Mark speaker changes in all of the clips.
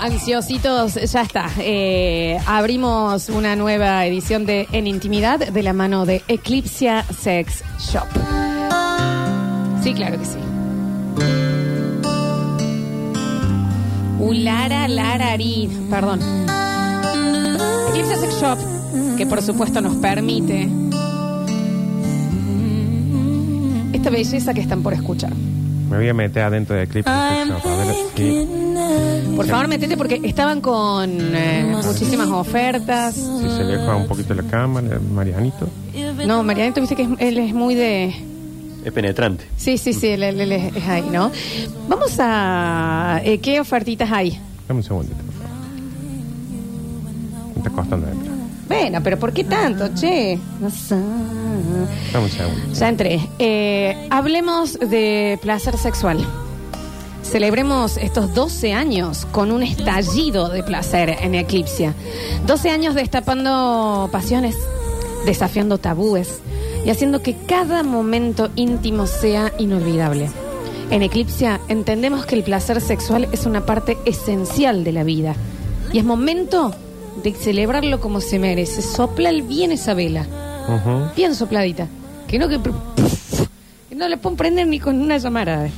Speaker 1: ansiositos, ya está. Eh, abrimos una nueva edición de En Intimidad de la mano de Eclipsia Sex Shop. Sí, claro que sí. Uh, Ulara Lararí, perdón. Eclipsia Sex Shop, que por supuesto nos permite esta belleza que están por escuchar.
Speaker 2: Me voy a meter adentro de Eclipse. Shop, a ver si-
Speaker 1: Por favor, metete porque estaban con eh, muchísimas ofertas.
Speaker 2: si se aleja un poquito la cámara, Marianito.
Speaker 1: No, Marianito, viste que es- él es muy de...
Speaker 3: Es penetrante.
Speaker 1: Sí, sí, sí, él, él- él es, es ahí, ¿no? Vamos a... eh, ¿Qué ofertitas hay?
Speaker 2: Dame un segundito, por favor. Me está costando entrar.
Speaker 1: Bueno, pero ¿por qué tanto, che? No sé.
Speaker 2: Dame un segundo.
Speaker 1: Ya entré. Eh, hablemos de placer sexual. Celebremos estos 12 años con un estallido de placer en Eclipsia. 12 años destapando pasiones, desafiando tabúes y haciendo que cada momento íntimo sea inolvidable. En Eclipsia entendemos que el placer sexual es una parte esencial de la vida y es momento de celebrarlo como se merece. Sopla el bien esa vela
Speaker 2: Ujú.
Speaker 1: bien sopladita. Que no que, que no la puedo prender ni con una llamada.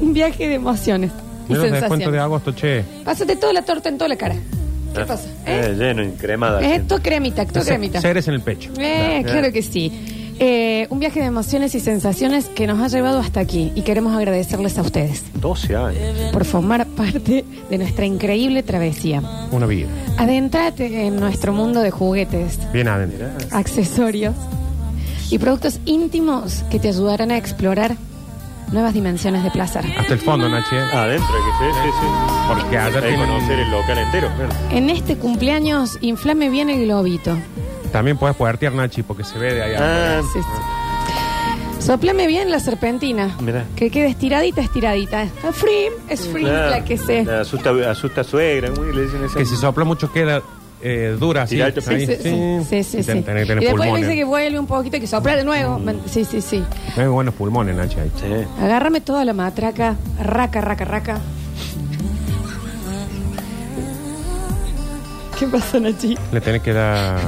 Speaker 1: Un viaje de emociones y
Speaker 2: Mira los descuentos de
Speaker 1: sensaciones.
Speaker 2: agosto, che.
Speaker 1: Pásate toda la torta en toda la cara. ¿Qué
Speaker 3: Ah,
Speaker 1: pasa?
Speaker 3: eh,
Speaker 1: ¿Eh?
Speaker 3: lleno, incremada.
Speaker 1: Eh, todo cremita, todo cremita.
Speaker 2: Ceres en el pecho.
Speaker 1: Eh, claro que sí. Eh, un viaje de emociones y sensaciones que nos ha llevado hasta aquí y queremos agradecerles a ustedes
Speaker 3: 12 años.
Speaker 1: por formar parte de nuestra increíble travesía.
Speaker 2: Una vida.
Speaker 1: Adentrate en nuestro mundo de juguetes,
Speaker 2: Bien adentro.
Speaker 1: accesorios y productos íntimos que te ayudarán a explorar nuevas dimensiones de placer.
Speaker 2: Hasta el fondo, Nachi. eh.
Speaker 3: Ah, Adentro, que sí, sí, sí.
Speaker 2: Porque allá
Speaker 3: Hay que
Speaker 2: tienen-
Speaker 3: conocer el local entero. Ah, claro.
Speaker 1: En este cumpleaños, inflame bien el globito.
Speaker 2: También puedes puertear, Nachi, porque se ve de allá.
Speaker 3: Ah,
Speaker 1: Sí, sí. Soplame bien la serpentina.
Speaker 3: Mirá.
Speaker 1: Que quede estiradita, estiradita. Está Free, es free
Speaker 3: claro.
Speaker 1: la que se.
Speaker 3: La Asusta, asusta a suegra, muy le dicen eso.
Speaker 2: Que si sopla mucho queda eh, dura, así.
Speaker 3: Tirate
Speaker 1: Sí,
Speaker 2: Ahí,
Speaker 1: sí, sí, sí, sí,
Speaker 2: Y
Speaker 1: sí.
Speaker 2: ten- tenés que tener
Speaker 1: Y después le
Speaker 2: pulmones.
Speaker 1: dice que vuelve un poquito y que sopla de
Speaker 3: Mm.
Speaker 1: nuevo. Sí, sí, sí.
Speaker 2: Tenés buenos pulmones, Nachi. ahí.
Speaker 3: Sí.
Speaker 1: Agárrame toda la matraca, raca, raca, raca. ¿Qué pasó, Nachi?
Speaker 2: Le tenés que dar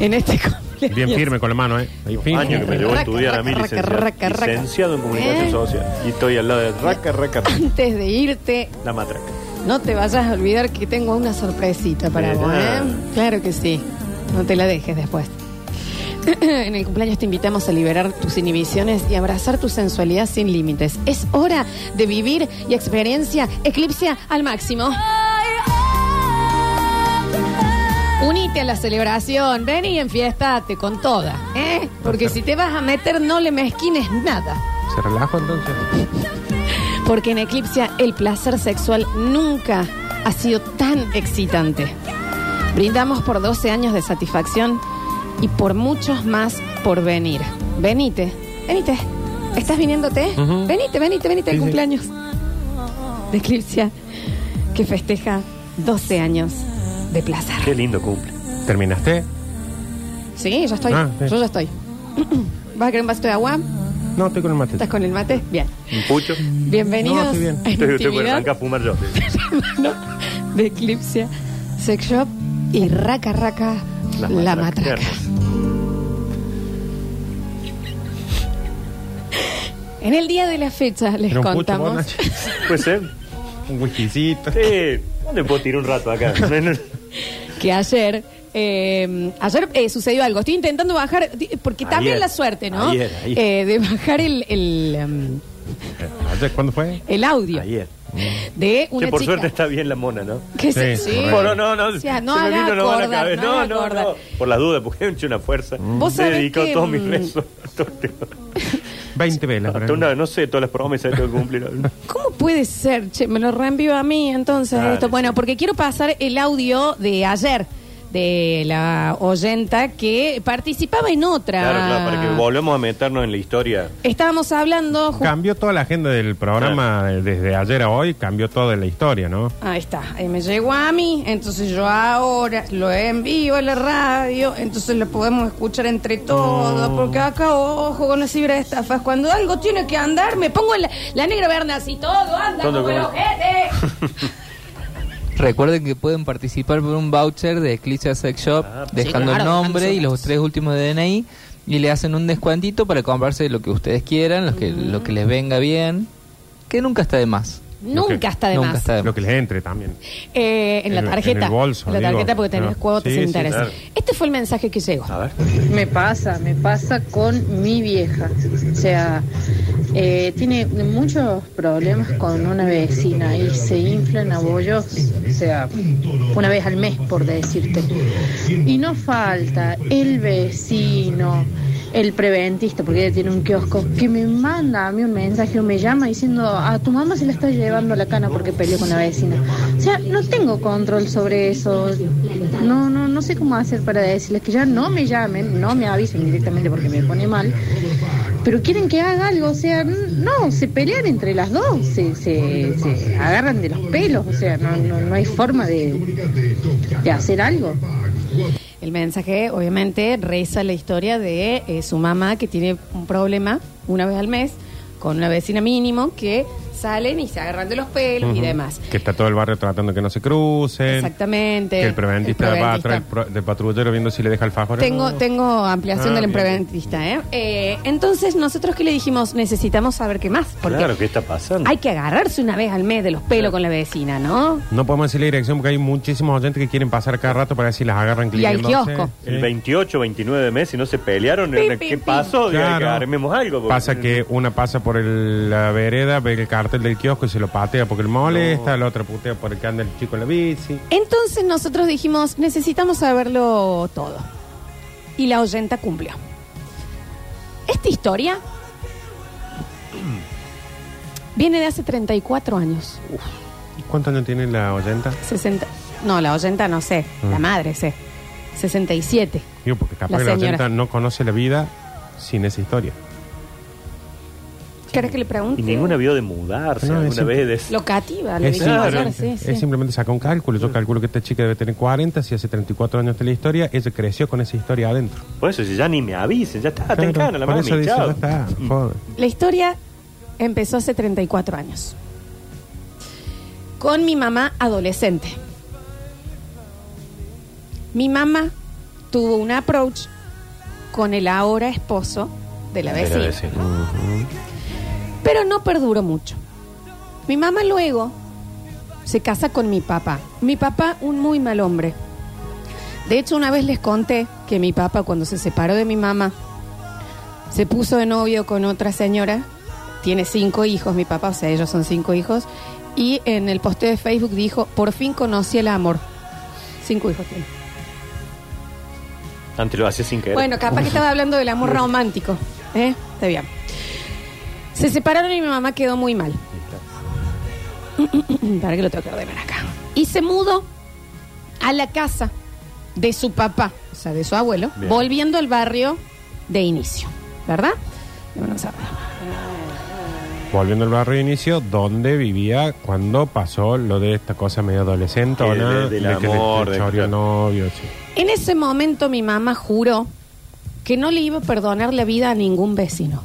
Speaker 1: En este cumpleaños.
Speaker 2: bien firme con la mano, ¿eh? Ahí, fin.
Speaker 3: Año que me llevó a
Speaker 1: Raca,
Speaker 3: estudiar a mí,
Speaker 1: raca,
Speaker 3: licenciado.
Speaker 1: raca, raca.
Speaker 3: Licenciado en comunicación
Speaker 1: ¿Eh?
Speaker 3: social. Y estoy al lado de raca, raca, raca.
Speaker 1: Antes de irte,
Speaker 3: la matraca.
Speaker 1: no te vayas a olvidar que tengo una sorpresita para
Speaker 3: Mirá.
Speaker 1: vos, ¿eh? Claro que sí. No te la dejes después. En el cumpleaños te invitamos a liberar tus inhibiciones y abrazar tu sensualidad sin límites. Es hora de vivir y experiencia eclipse al máximo. Unite a la celebración, ven y enfiestate con toda, ¿eh? Porque si te vas a meter no le mezquines nada.
Speaker 2: ¿Se relajo entonces?
Speaker 1: Porque en Eclipsia el placer sexual nunca ha sido tan excitante. Brindamos por 12 años de satisfacción y por muchos más por venir. Venite, venite. ¿Estás viniéndote?
Speaker 2: Ujú.
Speaker 1: Venite, venite, venite al
Speaker 2: Sí, sí.
Speaker 1: cumpleaños de Eclipsia que festeja 12 años de placer.
Speaker 3: Qué lindo cumple.
Speaker 2: ¿Terminaste?
Speaker 1: Sí, ya estoy.
Speaker 2: Ah, sí.
Speaker 1: Yo ya estoy. ¿Vas a querer un vasito de agua?
Speaker 2: No, estoy con el mate.
Speaker 1: ¿Estás con el mate? Bien.
Speaker 3: Un pucho.
Speaker 1: Bienvenidos
Speaker 2: No, estoy bien.
Speaker 1: a
Speaker 3: Estoy, estoy por
Speaker 1: Intimidad.
Speaker 3: arrancar a fumar yo.
Speaker 1: ¿no? de Eclipse Sex Shop y Raca Raca la, matraca.
Speaker 3: Qué hermoso.
Speaker 1: En el día de la fecha les
Speaker 2: Era un pucho, vos,
Speaker 1: contamos
Speaker 2: Nachi.
Speaker 3: Puede ser.
Speaker 2: Un whiskycito.
Speaker 3: Sí. ¿Dónde puedo tirar un rato acá?
Speaker 1: que ayer eh, ayer eh, sucedió algo. Estoy intentando bajar di- porque
Speaker 3: Ayer.
Speaker 1: también la suerte, ¿no?
Speaker 3: Ayer, ayer.
Speaker 1: Eh, de bajar el el, em,
Speaker 2: Eh, ayer, ¿Cuándo fue?
Speaker 1: el audio
Speaker 3: Ayer.
Speaker 1: de una
Speaker 3: Que por
Speaker 1: chica.
Speaker 3: suerte está bien la mona, ¿no?
Speaker 1: que se-
Speaker 2: Sí,
Speaker 1: sí.
Speaker 2: correcto.
Speaker 3: No, no, no, no.
Speaker 1: O sea, no
Speaker 3: se me
Speaker 1: haga
Speaker 3: vino la mona a la
Speaker 1: acordar,
Speaker 3: cabeza.
Speaker 1: no haga
Speaker 3: no, no,
Speaker 1: acordar.
Speaker 3: no. Por la duda, porque he hecho una fuerza.
Speaker 2: Mm.
Speaker 1: Vos
Speaker 3: Le
Speaker 1: sabés
Speaker 3: dedicó
Speaker 1: que,
Speaker 3: todos mis
Speaker 1: mm,
Speaker 3: rezos. Todo-
Speaker 2: 20 velas.
Speaker 3: Hasta una, no sé, todas las promesas que tengo que cumplir.
Speaker 1: ¿Cómo puede ser? Che, me lo reenvío a mí entonces
Speaker 3: Dale,
Speaker 1: esto. Bueno,
Speaker 3: sí.
Speaker 1: porque quiero pasar el audio de ayer de la oyenta que participaba en otra.
Speaker 3: Claro, claro,
Speaker 1: Ah.
Speaker 3: para que volvamos a meternos en la historia.
Speaker 1: Estábamos hablando. ju-
Speaker 2: Cambió toda la agenda del programa eh, desde ayer a hoy, cambió toda la historia, ¿no?
Speaker 1: Ahí está, ahí me llegó a mí, entonces yo ahora lo envío a la radio, entonces lo podemos escuchar entre todos, porque acá, ojo, con las ciberestafas, cuando algo tiene que andar, me pongo en la, la negra berna así, todo anda
Speaker 3: Todo
Speaker 1: como el
Speaker 3: como-
Speaker 1: ojete.
Speaker 4: Recuerden que pueden participar por un voucher de Eclipse Sex Shop
Speaker 3: Ah, sí,
Speaker 4: dejando el
Speaker 1: claro,
Speaker 4: nombre y
Speaker 1: dejando
Speaker 4: los
Speaker 1: sus-
Speaker 4: tres últimos de DNI y le hacen un descuentito para comprarse lo que ustedes quieran, lo que, lo que les venga bien, que nunca está de más.
Speaker 1: Nunca
Speaker 2: Lo que-
Speaker 1: está de
Speaker 4: nunca
Speaker 1: más.
Speaker 4: está de
Speaker 2: Lo que les entre también.
Speaker 1: Eh, en la
Speaker 2: En el- en
Speaker 1: tarjeta.
Speaker 2: el bolso,
Speaker 1: la
Speaker 2: digo,
Speaker 1: tarjeta porque tenés
Speaker 2: ¿no?
Speaker 1: cuotas
Speaker 2: Sí, Ah.
Speaker 1: sin
Speaker 2: sí,
Speaker 1: interés.
Speaker 3: claro.
Speaker 1: Este fue el mensaje que llegó.
Speaker 3: A ver.
Speaker 5: Me pasa, me pasa con mi vieja. O sea, eh, tiene muchos problemas con una vecina y se inflan a bollos, o sea, una vez al mes, por decirte. Y no falta el vecino, el preventista, porque ella tiene un kiosco, que me manda a mí un mensaje o me llama diciendo a tu mamá se la está llevando la cana porque peleó con la vecina. O sea, no tengo control sobre eso. No, no, no sé cómo hacer para decirles que ya no me llamen, no me avisen directamente porque me pone mal. Pero quieren que haga algo, o sea, n- no, se pelean entre las dos, se, se, se agarran de los pelos, o sea, no, no, no hay forma de, de hacer algo.
Speaker 1: El mensaje, obviamente, reza la historia de eh, su mamá que tiene un problema una vez al mes con una vecina mínimo que salen y se agarran de los pelos y demás.
Speaker 2: Que está todo el barrio tratando que no se crucen.
Speaker 1: Exactamente.
Speaker 2: Que el preventista, va
Speaker 1: preventista.
Speaker 2: atrás del pro- del patrullero viendo si le deja el fajo.
Speaker 1: Tengo, tengo ampliación
Speaker 2: Ah,
Speaker 1: del
Speaker 2: bien.
Speaker 1: preventista, ¿eh? Eh, Entonces, nosotros que le dijimos, necesitamos saber qué más. Porque
Speaker 3: Claro, ¿qué está pasando?
Speaker 1: hay que agarrarse una vez al mes de los pelos con la vecina, ¿no?
Speaker 2: No podemos decir la dirección porque hay muchísimos oyentes que quieren pasar cada rato para ver si las agarran Eh,
Speaker 1: Y al
Speaker 2: cliqueándose.
Speaker 1: kiosco.
Speaker 2: Sí.
Speaker 3: El 28, 29 de mes, si no se pelearon,
Speaker 1: Pi,
Speaker 3: ¿qué
Speaker 1: pi, pi.
Speaker 3: pasó? Digo,
Speaker 2: Claro.
Speaker 3: que armemos algo. porque-
Speaker 2: Pasa que una pasa por el- la vereda, ve el cartel del kiosco y se lo patea porque le molesta, la otra putea porque anda el chico en la bici.
Speaker 1: Entonces nosotros dijimos, necesitamos saberlo todo. Y la oyenta cumplió. Esta historia viene de hace 34 años.
Speaker 2: ¿Cuántos años tiene la oyenta?
Speaker 1: 60, no, la oyenta no sé, la
Speaker 3: Ah.
Speaker 2: Mm.
Speaker 1: madre sé. 67.
Speaker 2: Digo, porque
Speaker 1: La
Speaker 2: capaz que la
Speaker 1: señora.
Speaker 2: oyenta no conoce la vida sin esa historia.
Speaker 1: ¿Querés que le pregunte?
Speaker 3: Y ninguna vio de mudarse
Speaker 2: No,
Speaker 3: alguna
Speaker 2: es simple.
Speaker 3: vez. de-
Speaker 1: Locativa, lo
Speaker 2: Es,
Speaker 1: que quiso
Speaker 3: claro,
Speaker 1: hacer,
Speaker 2: simplemente,
Speaker 1: sí, sí.
Speaker 2: es simplemente sacar un cálculo. Yo calculo que esta chica debe tener 40, si hace 34 años de la historia, ella creció con esa historia adentro.
Speaker 3: Por eso, si ya ni me avisen, ya está, Ah, está en
Speaker 2: Claro,
Speaker 3: cana la
Speaker 2: por
Speaker 3: mami,
Speaker 2: eso dice,
Speaker 3: chao. Mm.
Speaker 2: ya está, joder.
Speaker 1: La historia empezó hace 34 años. Con mi mamá adolescente. Mi mamá tuvo un approach con el ahora esposo de la
Speaker 3: Era
Speaker 1: vecina.
Speaker 3: vecina.
Speaker 1: Pero no perduró mucho. Mi mamá luego se casa con mi papá. Mi papá, un muy mal hombre. De hecho, una vez les conté que mi papá, cuando se separó de mi mamá, se puso de novio con otra señora. Tiene cinco hijos, mi papá, o sea, ellos son cinco hijos. Y en el posteo de Facebook dijo, por fin conocí el amor. Cinco hijos tiene.
Speaker 3: Antes lo hacía sin querer.
Speaker 1: Bueno, capaz que estaba hablando del amor romántico. ¿eh? Está bien. Se separaron y mi mamá quedó muy mal. Para que lo tengo que ordenar acá. Y se mudó a la casa de su papá, o sea, de su abuelo,
Speaker 3: Bien.
Speaker 1: volviendo al barrio de inicio, ¿verdad? Déjame un segundo.
Speaker 2: Volviendo al barrio de inicio, donde vivía cuando pasó lo de esta cosa medio adolescente,
Speaker 3: Que
Speaker 2: ¿no?
Speaker 3: de- del amor,
Speaker 2: que le-
Speaker 3: de-
Speaker 2: le choreó el novio, sí.
Speaker 1: En ese momento mi mamá juró que no le iba a perdonar la vida a ningún vecino.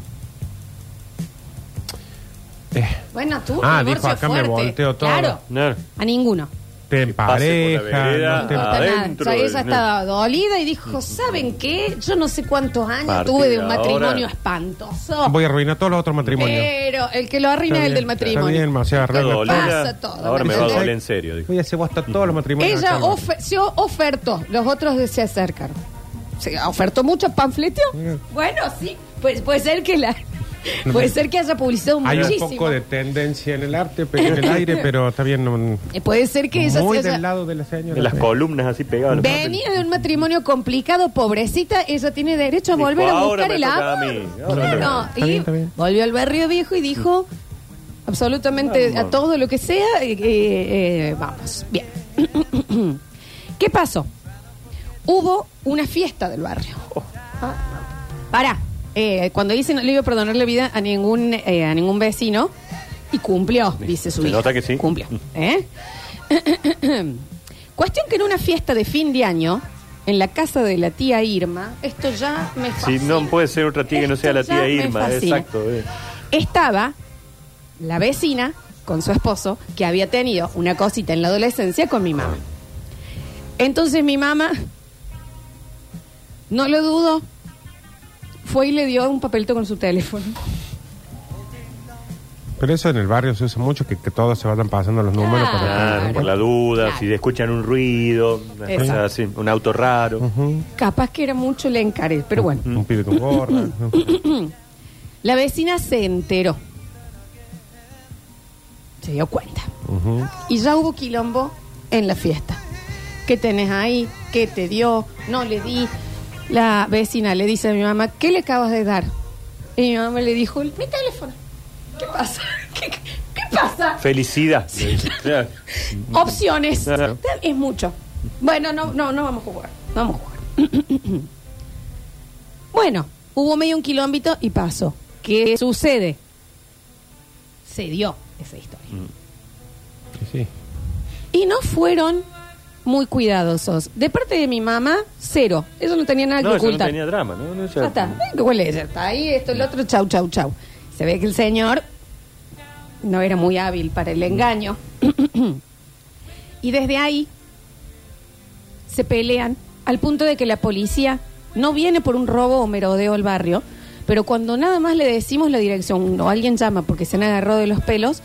Speaker 2: Eh,
Speaker 1: Bueno, tú,
Speaker 2: Ah,
Speaker 1: divorcio
Speaker 2: dijo, acá me
Speaker 1: fuerte.
Speaker 2: volteo todo.
Speaker 1: Claro,
Speaker 3: No,
Speaker 1: a ninguno.
Speaker 2: te
Speaker 3: pase por la vereda,
Speaker 2: empareja, no te-
Speaker 1: importa nada.
Speaker 3: Ah, adentro
Speaker 1: O sea,
Speaker 3: del-
Speaker 1: ella estaba dolida y dijo, ¿saben qué? Yo no sé cuántos años
Speaker 3: Partir
Speaker 1: tuve de un
Speaker 3: de ahora-
Speaker 1: matrimonio espantoso.
Speaker 2: Ah, voy a arruinar todos los otros matrimonios.
Speaker 1: Pero el que lo arruina es el Eh, del matrimonio.
Speaker 2: Está bien, o sea,
Speaker 3: está
Speaker 2: arregla-
Speaker 1: dolido.
Speaker 3: dolida.
Speaker 1: Pasa todo,
Speaker 3: Ahora me va a
Speaker 1: ¿entendés?
Speaker 3: doler en serio. dijo.
Speaker 2: Voy a hacer hasta todos los matrimonios.
Speaker 1: Ella
Speaker 2: acá,
Speaker 1: ofe- se o- ofertó, los otros se acercaron. Se ofertó mucho panfleteo.
Speaker 2: Mira.
Speaker 1: Bueno, sí, pues puede ser que la puede ser que haya publicado
Speaker 2: Hay un
Speaker 1: muchísimo.
Speaker 2: poco de tendencia en el arte, pero en el aire, pero está bien. no-
Speaker 1: Eh, Puede ser que ella
Speaker 2: muy
Speaker 1: se haya-
Speaker 2: del lado de la señora.
Speaker 3: De las columnas así pegadas. a los
Speaker 1: Venía de un matrimonio complicado, pobrecita, ella tiene derecho a
Speaker 3: Dijo,
Speaker 1: volver a
Speaker 3: "Ahora
Speaker 1: buscar
Speaker 3: me
Speaker 1: el
Speaker 3: toca a
Speaker 1: amor.
Speaker 3: mí, ahora me
Speaker 1: Claro,
Speaker 3: toca
Speaker 2: a mí. Está bien,
Speaker 1: y
Speaker 2: está bien.
Speaker 1: volvió al barrio viejo y dijo absolutamente a todo lo que sea, eh, eh, eh, vamos, bien. ¿Qué pasó? Hubo una fiesta del barrio. Ah, Pará, eh, cuando dice no le iba a perdonar la vida a ningún, eh, a ningún vecino, y cumplió, dice su
Speaker 3: Se
Speaker 1: hija.
Speaker 3: nota que sí.
Speaker 1: Cumplió. ¿eh? Cuestión que en una fiesta de fin de año, en la casa de la tía Irma, esto ya me
Speaker 3: Si
Speaker 1: fascina.
Speaker 3: no puede ser otra tía eh. que no sea la
Speaker 1: Esto ya
Speaker 3: tía
Speaker 1: me
Speaker 3: Irma,
Speaker 1: fascina.
Speaker 3: exacto. eh.
Speaker 1: Estaba la vecina con su esposo que había tenido una cosita en la adolescencia con mi mamá. Entonces mi mamá, no lo dudo, fue y le dio un papelito con su teléfono.
Speaker 2: Pero eso en el barrio se usa mucho, que, que todos se vayan pasando los números.
Speaker 1: Ah, Claro.
Speaker 2: para-
Speaker 3: Claro, por la duda,
Speaker 1: Claro.
Speaker 3: si escuchan un ruido, una
Speaker 1: Exacto.
Speaker 3: cosa así, un auto raro.
Speaker 2: Ujú.
Speaker 1: Capaz que era mucho le encaré, pero bueno.
Speaker 2: Un pibe con gorra. ¿no?
Speaker 1: La vecina se enteró. Se dio cuenta.
Speaker 2: Ujú.
Speaker 1: Y ya hubo quilombo en la fiesta. ¿Qué tenés ahí? ¿Qué te dio? No le di. La vecina le dice a mi mamá, ¿qué le acabas de dar? Y mi mamá le dijo, mi teléfono. ¿Qué pasa? ¿Qué, qué- qué pasa?
Speaker 3: Felicidad. Claro.
Speaker 1: Opciones.
Speaker 3: Claro.
Speaker 1: Es mucho. Bueno, no, no, no vamos a jugar. No vamos a jugar. bueno, hubo medio un quilombito y pasó. ¿Qué sucede? Se dio esa historia.
Speaker 2: Sí, sí.
Speaker 1: Y no fueron muy cuidadosos. De parte de mi mamá, cero. Eso no tenía nada que
Speaker 3: No, eso no
Speaker 1: ocultar.
Speaker 3: tenía drama, ¿no? No, ya-
Speaker 1: Ya está. Eh, ¿Cuál es? Ya está ahí, esto, el otro, chau, chau, chau. Se ve que el señor no era muy hábil para el engaño. y desde ahí se pelean al punto de que la policía no viene por un robo o merodeo al barrio, pero cuando nada más le decimos la dirección o alguien llama porque se han agarrado de los pelos,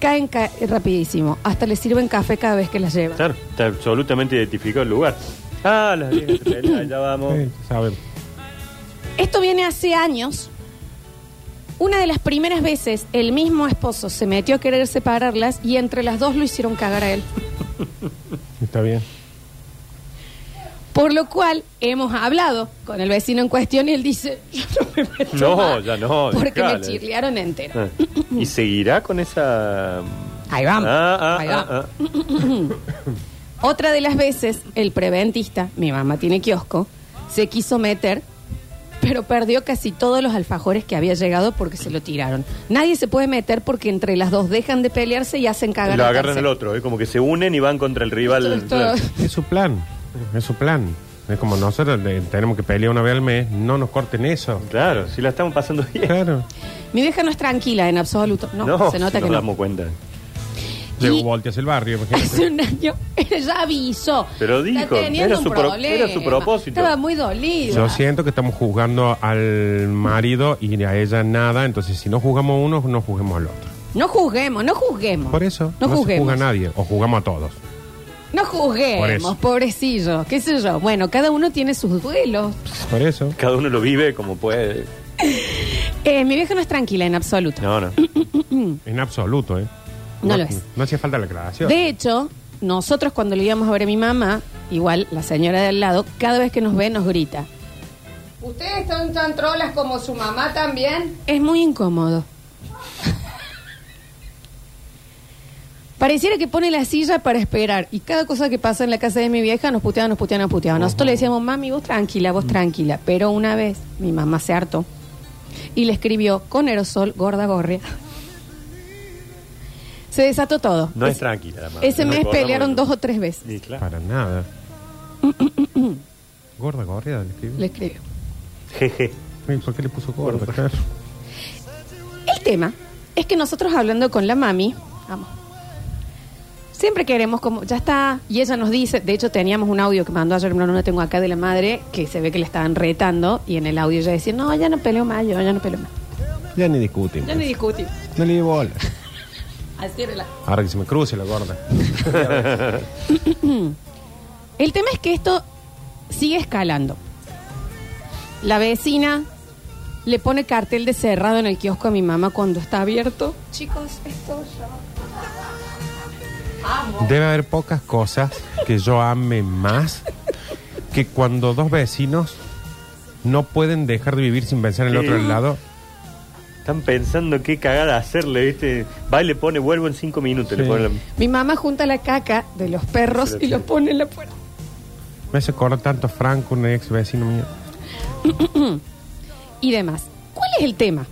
Speaker 1: caen ca- rapidísimo. Hasta le sirven café cada vez que las llevan.
Speaker 3: Claro, está absolutamente identificado el lugar. Ah, las viejas, se pelean, allá vamos.
Speaker 2: Sí, sabemos.
Speaker 1: Esto viene hace años. Una de las primeras veces el mismo esposo se metió a querer separarlas y entre las dos lo hicieron cagar a él.
Speaker 2: Está bien.
Speaker 1: Por lo cual hemos hablado con el vecino en cuestión y él dice, yo no me meto
Speaker 3: No,
Speaker 1: más
Speaker 3: ya no,
Speaker 1: Porque
Speaker 3: dejale.
Speaker 1: me chirlearon entero.
Speaker 3: Ah, ¿Y seguirá con esa...?
Speaker 1: Ahí vamos.
Speaker 3: Ah, ah,
Speaker 1: ahí
Speaker 3: ah,
Speaker 1: vamos.
Speaker 3: ah.
Speaker 1: Otra de las veces el preventista, mi mamá tiene kiosco, se quiso meter, pero perdió casi todos los alfajores que había llegado porque se lo tiraron. Nadie se puede meter porque entre las dos dejan de pelearse y hacen cagar
Speaker 3: Lo
Speaker 1: al
Speaker 3: agarran
Speaker 1: tercero.
Speaker 3: el otro, ¿eh? como que se unen y van contra el rival.
Speaker 1: Esto es todo.
Speaker 3: Claro.
Speaker 2: Es su plan. Es su plan. Es como nosotros eh, tenemos que pelear una vez al mes. No nos corten eso.
Speaker 3: Claro, si la estamos pasando bien.
Speaker 2: Claro.
Speaker 1: Mi vieja no es tranquila en absoluto. No, se nota
Speaker 3: si
Speaker 1: que
Speaker 3: nos
Speaker 1: no.
Speaker 3: damos cuenta.
Speaker 2: Llegó
Speaker 1: Y-
Speaker 2: Volteas el barrio,
Speaker 1: Hace
Speaker 2: imagínate.
Speaker 1: un año ella avisó.
Speaker 3: Pero dijo,
Speaker 1: Está teniendo
Speaker 3: era
Speaker 1: un
Speaker 3: su pro-
Speaker 1: problema.
Speaker 3: era su propósito.
Speaker 1: Estaba muy dolida.
Speaker 2: Yo siento que estamos juzgando al marido y a ella nada. Entonces, si no juzgamos a uno, no juzguemos al otro.
Speaker 1: No juzguemos, no juzguemos.
Speaker 2: Por eso,
Speaker 1: No,
Speaker 2: no, se juzga
Speaker 1: juzguemos.
Speaker 2: a nadie. O jugamos a todos.
Speaker 1: No
Speaker 2: Por
Speaker 1: juzguemos,
Speaker 2: eso.
Speaker 1: pobrecillo. ¿Qué sé yo? Bueno, cada uno tiene sus duelos.
Speaker 2: Por eso.
Speaker 3: Cada uno lo vive como puede.
Speaker 1: Eh, mi vieja no es tranquila en absoluto.
Speaker 3: No, no.
Speaker 2: En absoluto, ¿eh?
Speaker 1: No lo es.
Speaker 2: No hacía falta la aclaración.
Speaker 1: De hecho, nosotros cuando le íbamos a ver a mi mamá, igual la señora de al lado, cada vez que nos ve nos grita. ¿Ustedes son tan trolas como su mamá también? Es muy incómodo. Pareciera que pone la silla para esperar y cada cosa que pasa en la casa de mi vieja nos puteaba, nos puteaba, nos puteaba. Nosotros le decíamos, mami, vos tranquila, vos tranquila. Pero una vez mi mamá se hartó y le escribió con aerosol, gorda gorria. Se desató todo.
Speaker 3: No
Speaker 1: Ese-
Speaker 3: es tranquila la madre.
Speaker 1: ese
Speaker 3: No
Speaker 1: mes
Speaker 3: podamos-
Speaker 1: pelearon dos o tres veces.
Speaker 3: Y claro.
Speaker 2: Para nada. gorda, gorda, le escribe.
Speaker 1: Le escribió.
Speaker 3: Jeje.
Speaker 2: Ay, ¿Por qué le puso gorda? Claro.
Speaker 1: El tema es que nosotros hablando con la mami, vamos, siempre queremos como, ya está, y ella nos dice, de hecho teníamos un audio que mandó ayer, no, no lo tengo acá de la madre, que se ve que le estaban retando, y en el audio ella decía, no, ya no peleo más, yo ya no peleo más.
Speaker 2: Ya ni discutimos.
Speaker 1: Ya ni discutimos.
Speaker 2: No le di bola.
Speaker 1: Así era la-
Speaker 2: Ahora que se me cruce la gorda.
Speaker 1: El tema es que esto sigue escalando. La vecina le pone cartel de cerrado en el kiosco a mi mamá cuando está abierto. Chicos, esto
Speaker 2: Debe haber pocas cosas que yo ame más que cuando dos vecinos no pueden dejar de vivir sin pensar en el
Speaker 3: Sí.
Speaker 2: otro del lado.
Speaker 3: Están pensando qué cagada hacerle, ¿viste? Va y le pone, vuelvo en cinco minutos. Le
Speaker 2: Sí.
Speaker 3: pone la-
Speaker 1: Mi mamá junta la caca de los perros y los pone en la puerta.
Speaker 2: Me hace correr tanto Franco, un ex vecino mío.
Speaker 1: Y demás. ¿Cuál es el tema?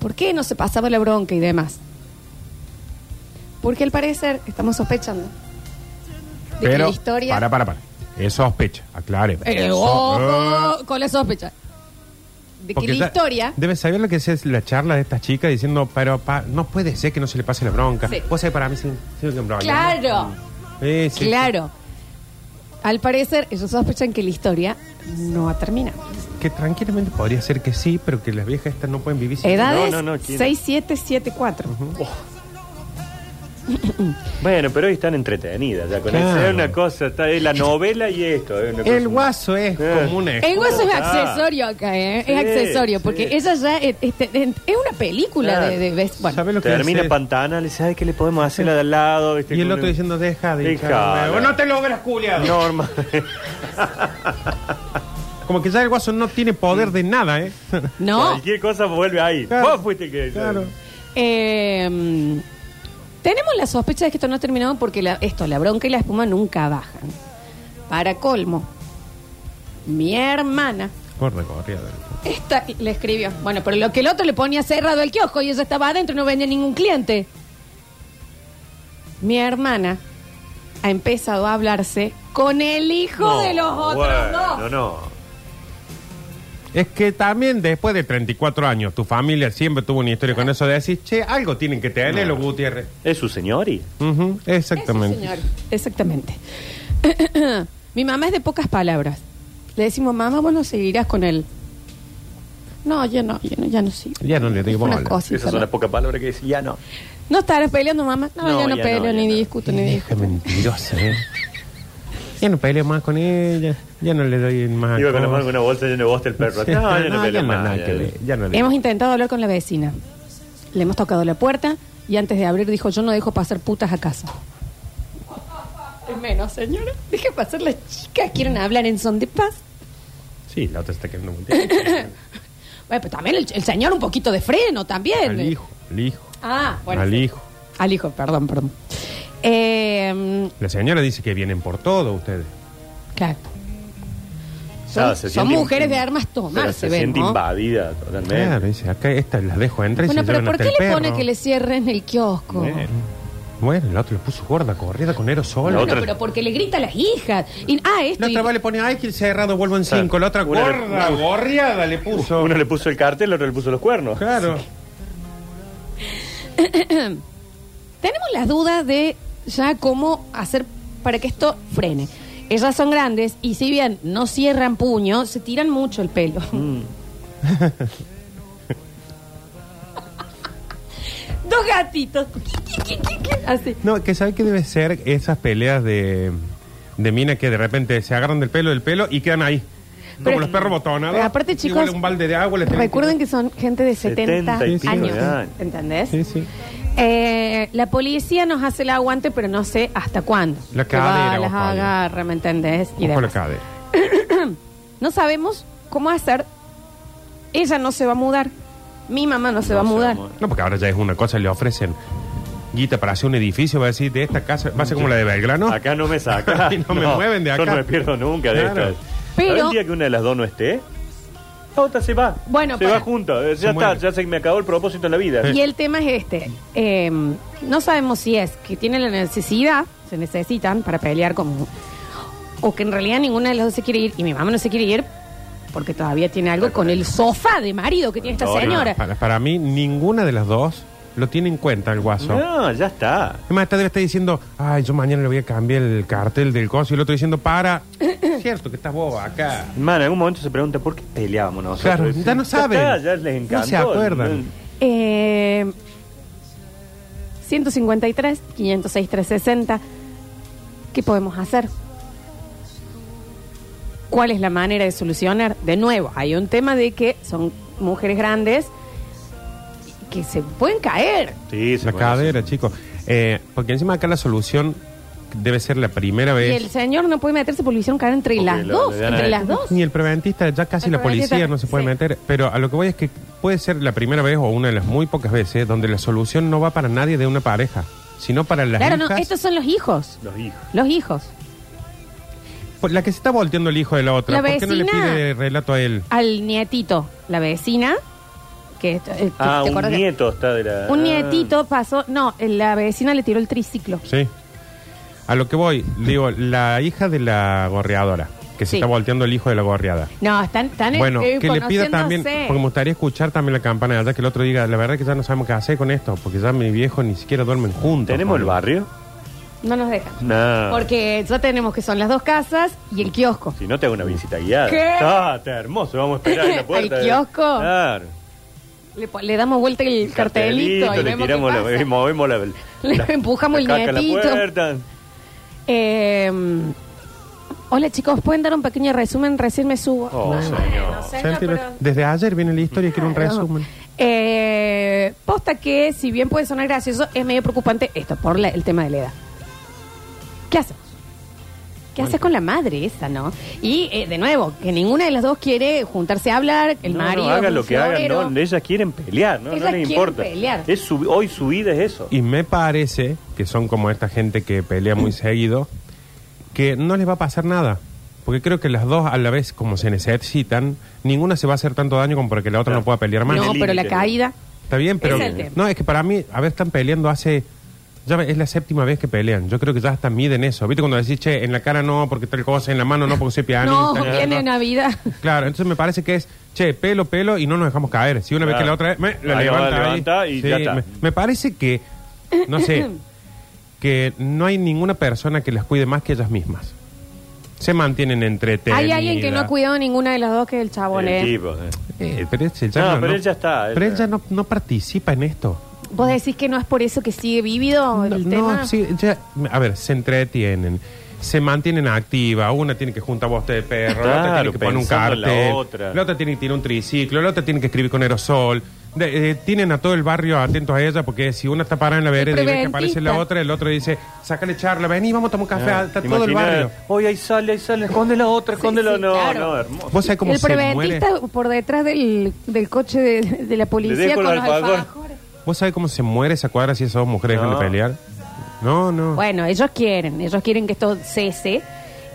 Speaker 1: ¿Por qué no se pasaba la bronca y demás? Porque al parecer estamos sospechando de que
Speaker 2: Pero,
Speaker 1: la historia...
Speaker 2: para, para, para. Es sospecha, aclare.
Speaker 1: Eh,
Speaker 2: So-
Speaker 1: ojo, con la sospecha. de que
Speaker 2: ah. Porque
Speaker 1: la
Speaker 2: ya
Speaker 1: historia.
Speaker 2: Debe saber lo que es la charla de estas chicas diciendo, pero pa- no puede ser que no se le pase la bronca.
Speaker 1: Sí.
Speaker 2: Vos sabés, para mí sí, sí me bronca.
Speaker 1: Claro.
Speaker 2: Sí, sí, sí.
Speaker 1: claro. Al parecer, ellos sospechan que la historia no ha terminado.
Speaker 2: Que tranquilamente podría ser que sí, pero que las viejas estas no pueden vivir sin
Speaker 1: Edades
Speaker 3: no, no, ¿quién?
Speaker 1: 6774.
Speaker 3: Bueno, pero hoy están entretenidas ya con
Speaker 2: Claro.
Speaker 3: eso. Es una cosa, está es la novela y esto. es una cosa-
Speaker 2: El guaso es
Speaker 3: Eh.
Speaker 2: como un
Speaker 1: El guaso es
Speaker 3: Ah.
Speaker 1: accesorio acá, ¿eh?
Speaker 3: Sí,
Speaker 1: es accesorio, porque
Speaker 3: sí.
Speaker 1: ella ya es, es- es- es una película
Speaker 3: Claro.
Speaker 1: de, de- de- Bueno,
Speaker 2: ¿Sabe lo que
Speaker 3: Termina
Speaker 2: hace?
Speaker 3: Pantana, le dice, ay, ¿qué le podemos hacer a de al lado? ¿viste?
Speaker 2: Y el
Speaker 3: Con
Speaker 2: otro
Speaker 3: un-
Speaker 2: diciendo, deja de
Speaker 3: Deja.
Speaker 2: hinchar los huevos. No te logras, culiado.
Speaker 3: Norma.
Speaker 2: Como que ya el guaso no tiene poder de nada, ¿eh?
Speaker 1: no.
Speaker 3: Cualquier cosa vuelve ahí.
Speaker 2: Claro.
Speaker 3: Vos fuiste el que.
Speaker 2: Claro.
Speaker 1: Eh, tenemos la sospecha de que esto no ha terminado porque la- esto, la bronca y la espuma nunca bajan. Para colmo, mi hermana,
Speaker 2: Corre, corre. Adel.
Speaker 1: esta le escribió. Bueno, pero lo que el otro le ponía cerrado el kiosco y ella estaba adentro y no venía ningún cliente. Mi hermana ha empezado a hablarse con el hijo
Speaker 3: No,
Speaker 1: de los otros
Speaker 3: bueno,
Speaker 1: dos.
Speaker 3: No, no.
Speaker 2: Es que también después de 34 años, tu familia siempre tuvo una historia con eso de decir, che, algo tienen que tener los Gutiérrez.
Speaker 3: Es su señori.
Speaker 2: Ujú,
Speaker 1: Eso,
Speaker 2: exactamente.
Speaker 1: señor. Exactamente. Mi mamá es de pocas palabras. Le decimos, mamá, vos no seguirás con él. No, ya no, ya no, ya no sigo.
Speaker 2: Ya no le digo
Speaker 1: Una
Speaker 2: bola.
Speaker 1: cosita,
Speaker 3: Esas son
Speaker 1: ¿no?
Speaker 3: las pocas palabras que dice, ya no.
Speaker 1: ¿No estarás peleando, mamá? No,
Speaker 3: No,
Speaker 1: ya no
Speaker 3: ya
Speaker 1: peleo,
Speaker 3: no, ya
Speaker 1: ni
Speaker 3: no.
Speaker 1: discuto, ni
Speaker 2: Deja
Speaker 1: discuto.
Speaker 2: mentirosa, ¿eh? Ya no peleo más con ella, ya no le doy más.
Speaker 3: Iba con la
Speaker 2: cosas.
Speaker 3: mano con una bolsa llena de bosta el perro.
Speaker 2: Ah, Sí.
Speaker 3: No, ya no,
Speaker 2: No,
Speaker 3: peleo
Speaker 2: ya no hay
Speaker 3: más,
Speaker 2: nada
Speaker 3: ya
Speaker 2: que
Speaker 3: no.
Speaker 2: ver, ya no le-
Speaker 1: Hemos intentado hablar con la vecina. Le hemos tocado la puerta y antes de abrir dijo, yo no dejo pasar putas a casa. Es menos, señora. Deje pasar las chicas, quieren hablar en son de paz.
Speaker 2: Sí, la otra se está quedando muy bien.
Speaker 1: Bueno, pero también el, el señor un poquito de freno, también.
Speaker 2: Al hijo, al hijo.
Speaker 1: Ah, bueno.
Speaker 2: al
Speaker 1: sí.
Speaker 2: hijo.
Speaker 1: Al hijo, perdón, perdón. Eh,
Speaker 2: La señora dice que vienen por todo ustedes.
Speaker 1: claro. Son,
Speaker 3: Claro, se
Speaker 1: son
Speaker 3: siente-
Speaker 1: mujeres de armas
Speaker 3: Pero
Speaker 1: tomar, se
Speaker 3: se
Speaker 1: ven,
Speaker 3: siente
Speaker 1: ¿no?
Speaker 3: invadida totalmente.
Speaker 2: Claro, dice, acá estas las dejo entrar y
Speaker 1: Bueno,
Speaker 2: se
Speaker 1: pero
Speaker 2: llevan
Speaker 1: ¿por
Speaker 2: hasta
Speaker 1: qué le
Speaker 2: el perro.
Speaker 1: pone que le cierren el kiosco?
Speaker 3: Bueno.
Speaker 2: Bueno, el otro le puso gorda, corrida con aerosol.
Speaker 3: La
Speaker 1: Bueno,
Speaker 3: otra-
Speaker 1: pero porque le grita a las hijas. Y- ah, esto.
Speaker 2: La
Speaker 1: y-
Speaker 2: otra va le pone, ay, que el cerrado vuelvo en
Speaker 3: Claro.
Speaker 2: cinco. La otra
Speaker 3: Una-
Speaker 2: gorda,
Speaker 3: una-
Speaker 2: gorriada le puso.
Speaker 3: Uh, Uno le puso el cartel, otro le puso los cuernos.
Speaker 2: Claro.
Speaker 1: Tenemos las dudas de ya cómo hacer para que esto frene. Ellas son grandes y si bien no cierran puño, se tiran mucho el pelo.
Speaker 3: Mm.
Speaker 1: Dos gatitos. Así.
Speaker 2: No, que sabe que debe ser esas peleas de, de mina que de repente se agarran del pelo del pelo y quedan ahí.
Speaker 1: Pero-
Speaker 2: como los perros botonados.
Speaker 1: Pero aparte,
Speaker 2: Igual
Speaker 1: chicos,
Speaker 2: un balde de agua les tienen
Speaker 1: Recuerden que son gente de 70,
Speaker 3: 70 y pico
Speaker 1: años.
Speaker 3: de años.
Speaker 1: ¿Entendés?
Speaker 2: Sí, sí.
Speaker 1: Eh, la policía nos hace el aguante, pero no sé hasta cuándo.
Speaker 2: La
Speaker 1: Que va,
Speaker 2: cadera,
Speaker 1: las
Speaker 2: ojalá.
Speaker 1: agarra, ¿me entendés? Y
Speaker 2: Ojo la
Speaker 1: demás.
Speaker 2: cadera.
Speaker 1: No sabemos cómo hacer. Ella no se va a mudar. Mi mamá no se va a
Speaker 3: No se va a
Speaker 1: mudar.
Speaker 3: mudar.
Speaker 2: No, porque ahora ya es una cosa, le ofrecen guita para hacer un edificio, va a decir, de esta casa, va a ser como la de Belgrano.
Speaker 3: Acá no me saca.
Speaker 2: Y no me mueven de acá.
Speaker 3: Yo no me pierdo nunca de
Speaker 2: Claro.
Speaker 3: esto.
Speaker 1: Pero-
Speaker 3: Pero... El día que una de las dos no esté, la otra se va.
Speaker 1: Bueno,
Speaker 3: se
Speaker 1: para-
Speaker 3: va junta. Eh,
Speaker 2: Se
Speaker 3: Ya está,
Speaker 2: muere.
Speaker 3: ya se me acabó el propósito en la vida.
Speaker 1: Y el tema es este. Eh, no sabemos si es que tiene la necesidad, se necesitan para pelear como... O que en realidad ninguna de las dos se quiere ir. Y mi mamá no se quiere ir porque todavía tiene algo con el sofá de marido que tiene esta
Speaker 3: No, no,
Speaker 1: señora.
Speaker 2: Para, para mí, ninguna de las dos lo tiene en cuenta el guaso.
Speaker 3: No, ya está.
Speaker 2: Es más, esta debe estar diciendo, ay, yo mañana le voy a cambiar el cartel del coso y el otro diciendo, para. Cierto que estás boba acá.
Speaker 3: Man, en algún momento se pregunta por qué peleábamos nosotros.
Speaker 2: Claro,
Speaker 3: Sí.
Speaker 2: ya no saben.
Speaker 3: está, ya les
Speaker 2: No
Speaker 3: encantó.
Speaker 2: se acuerdan.
Speaker 1: Eh, 153, 506, 360. ¿Qué podemos hacer? ¿Cuál es la manera de solucionar? De nuevo, hay un tema de que son mujeres grandes que se pueden caer.
Speaker 3: Sí, se
Speaker 2: La
Speaker 3: puede hacer.
Speaker 2: cadera, chicos. Eh, porque encima acá la solución debe ser la primera
Speaker 1: Y
Speaker 2: vez.
Speaker 1: el señor no puede meterse porque lo hicieron caer entre
Speaker 3: Porque
Speaker 1: las
Speaker 3: Pues- lo-
Speaker 1: dos.
Speaker 3: le dan
Speaker 1: Entre
Speaker 3: a-
Speaker 1: las dos.
Speaker 2: Ni el preventista, ya casi
Speaker 1: El
Speaker 2: la policía
Speaker 1: preventista,
Speaker 2: no se puede
Speaker 1: sí.
Speaker 2: meter. Pero a lo que voy es que puede ser la primera vez o una de las muy pocas veces donde la solución no va para nadie de una pareja, sino para las
Speaker 1: Claro, no,
Speaker 2: hijas.
Speaker 1: estos son los hijos.
Speaker 3: Los hijos.
Speaker 1: Los hijos.
Speaker 2: Por Pues, La que se está volteando el hijo de la otra.
Speaker 1: La
Speaker 2: ¿Por qué no le
Speaker 1: vecina.
Speaker 2: pide relato a él?
Speaker 1: Al nietito, la vecina, que, eh, que-
Speaker 3: Ah,
Speaker 1: ¿te
Speaker 3: un
Speaker 1: acordás que-
Speaker 3: nieto está de la.
Speaker 1: Un nietito pasó, no, la vecina le tiró el triciclo.
Speaker 2: Sí. A lo que voy, digo, la hija de la gorreadora, que se
Speaker 1: Sí.
Speaker 2: está volteando el hijo de la gorriada.
Speaker 1: No, están, están eh,
Speaker 2: Bueno,
Speaker 1: eh,
Speaker 2: que le pida
Speaker 1: conociéndose.
Speaker 2: también, porque me gustaría escuchar también la campana de allá, que el otro diga, la verdad que ya no sabemos qué hacer con esto, porque ya mi viejo ni siquiera duermen juntos.
Speaker 3: ¿Tenemos el barrio?
Speaker 1: No nos dejan.
Speaker 2: Ah.
Speaker 3: No.
Speaker 1: Porque ya tenemos que son las dos casas y el kiosco.
Speaker 3: Si no, te hago una visita guiada.
Speaker 1: ¿Qué?
Speaker 3: Ah, está hermoso. Vamos a esperar en la puerta.
Speaker 1: ¿Al kiosco?
Speaker 3: Claro.
Speaker 1: Le, po- le damos vuelta el cartelito, y
Speaker 3: le
Speaker 1: vemos qué
Speaker 3: tiramos,
Speaker 1: pasa.
Speaker 3: la, movemos la,
Speaker 1: Le
Speaker 3: la-
Speaker 1: empujamos
Speaker 3: la
Speaker 1: el
Speaker 3: caca a la
Speaker 1: nietito.
Speaker 3: puerta.
Speaker 1: Eh, hola chicos, ¿pueden dar un pequeño resumen? Recién me subo.
Speaker 3: Oh,
Speaker 1: Bueno,
Speaker 3: señor.
Speaker 1: señor,
Speaker 2: Santi,
Speaker 1: pero-
Speaker 2: Desde ayer viene la historia y quiero un
Speaker 1: Claro.
Speaker 2: resumen.
Speaker 1: Eh, posta que, si bien puede sonar gracioso, es medio preocupante esto, por la- el tema de la edad. ¿Qué hacemos? ¿Qué haces con la madre esa, no? Y, eh, de nuevo, que ninguna de las dos quiere juntarse a hablar, el
Speaker 3: No, no,
Speaker 1: marido... es
Speaker 3: hagan
Speaker 1: un
Speaker 3: lo que hagan,
Speaker 1: florero.
Speaker 3: no, ellas quieren pelear, no, No
Speaker 1: Ellas
Speaker 3: les
Speaker 1: quieren
Speaker 3: importa.
Speaker 1: pelear.
Speaker 3: Es su- hoy su vida es eso.
Speaker 2: Y me parece que son como esta gente que pelea muy seguido, que no les va a pasar nada. Porque creo que las dos a la vez, como se necesitan, ninguna se va a hacer tanto daño como para que la otra no pueda pelear más.
Speaker 1: No,
Speaker 3: el
Speaker 1: pero la
Speaker 3: límite, ¿no?
Speaker 1: caída...
Speaker 2: Está bien, pero.
Speaker 1: Es el tema.
Speaker 2: no, es que para mí, a ver, están peleando hace. Ya es la séptima vez que pelean. Yo creo que ya hasta miden eso. ¿Viste cuando decís, che, en la cara no, porque tal cosa, en la mano no, porque soy
Speaker 1: No,
Speaker 2: pianista?
Speaker 1: viene Navidad.
Speaker 2: Claro, entonces me parece que es, che, pelo, pelo y no nos dejamos caer. Si una vez
Speaker 3: Claro.
Speaker 2: que la otra vez, me, la
Speaker 3: Ahí va,
Speaker 2: levanta, ahí.
Speaker 3: levanta y ya está.
Speaker 2: Me, me parece que, no sé, que no hay ninguna persona que las cuide más que ellas mismas. Se mantienen entretenidas.
Speaker 1: Hay alguien que no ha cuidado ninguna de las dos, que es el chabón,
Speaker 3: El
Speaker 1: ¿eh?
Speaker 3: tipo, eh.
Speaker 2: Eh, pero ese ya
Speaker 3: No,
Speaker 2: no,
Speaker 3: pero
Speaker 2: no-
Speaker 3: él ya está, él
Speaker 2: Pero él
Speaker 3: ya-
Speaker 2: ya no, no participa en esto.
Speaker 1: ¿Vos decís que no es por eso que sigue vívido el
Speaker 2: no,
Speaker 1: tema?
Speaker 2: no, sí, ya- a ver, se entretienen, se mantienen activas, una tiene que juntar boste de perro, la otra
Speaker 3: Claro,
Speaker 2: tiene que poner un
Speaker 3: pensando en
Speaker 2: cartel,
Speaker 3: la otra.
Speaker 2: tiene que tirar un triciclo, la otra tiene que escribir con aerosol. De- eh, tienen a todo el barrio atentos a ella porque si una está parada en la vereda y ve que
Speaker 1: preventista.
Speaker 2: aparece la otra, el otro dice, sácale charla, vení, vamos a tomar un café,
Speaker 3: Ah,
Speaker 2: está
Speaker 3: ¿te
Speaker 2: todo el
Speaker 3: imaginas?
Speaker 2: barrio.
Speaker 3: Hoy ahí sale, ahí sale, esconde la otra, esconde la
Speaker 1: sí,
Speaker 3: no,
Speaker 1: claro.
Speaker 3: no, hermoso.
Speaker 2: ¿Vos sabés cómo
Speaker 1: el
Speaker 2: se muere?
Speaker 1: preventista por detrás del, del coche de, de la policía
Speaker 3: dejo
Speaker 1: con
Speaker 3: el
Speaker 1: los
Speaker 3: alfajor.
Speaker 1: alfajores.
Speaker 2: ¿Vos sabés cómo se muere esa cuadra si esas dos mujeres
Speaker 3: No.
Speaker 2: dejan de pelear? No, no.
Speaker 1: Bueno, ellos quieren, ellos quieren que esto cese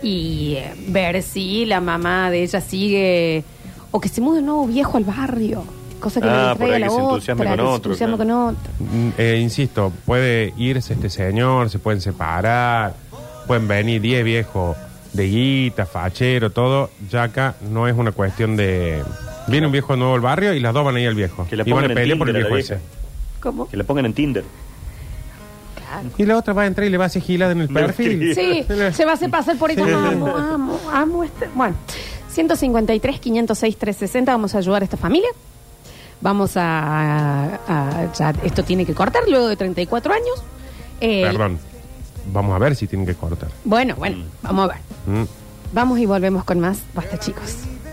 Speaker 1: y eh, ver si la mamá de ella sigue o que se mude un nuevo viejo al barrio, cosa que
Speaker 3: Ah,
Speaker 1: no le
Speaker 3: por ahí
Speaker 1: traiga la
Speaker 3: que se
Speaker 1: otra,
Speaker 3: entusiasme con
Speaker 1: que se
Speaker 3: otro,
Speaker 1: entusiasme
Speaker 3: claro.
Speaker 1: con otro.
Speaker 2: Mm, eh, insisto, puede irse este señor, se pueden separar, pueden venir 10 viejos de guita, fachero, todo. Ya acá no es una cuestión de. Viene un viejo nuevo al barrio y las dos van a ir al viejo.
Speaker 3: Que la
Speaker 2: y van a
Speaker 3: pongan en
Speaker 2: pelear por el
Speaker 3: Tinder a
Speaker 2: viejo
Speaker 3: la
Speaker 2: ese.
Speaker 3: vieja.
Speaker 1: ¿Cómo?
Speaker 3: Que la pongan en Tinder.
Speaker 2: Y la otra va a entrar y le va a hacer gilada en el
Speaker 3: Me
Speaker 2: perfil.
Speaker 1: Sí, se va a hacer pasar por ella.
Speaker 2: Sí.
Speaker 1: Amo, amo, amo este. Bueno, 153, 506, 360. Vamos a ayudar a esta familia. Vamos a. a- ya esto tiene que cortar luego de 34 años. Eh,
Speaker 2: Perdón. Vamos a ver si tienen que cortar.
Speaker 1: Bueno, bueno, vamos a ver.
Speaker 2: Mm.
Speaker 1: Vamos y volvemos con más. Basta, chicos.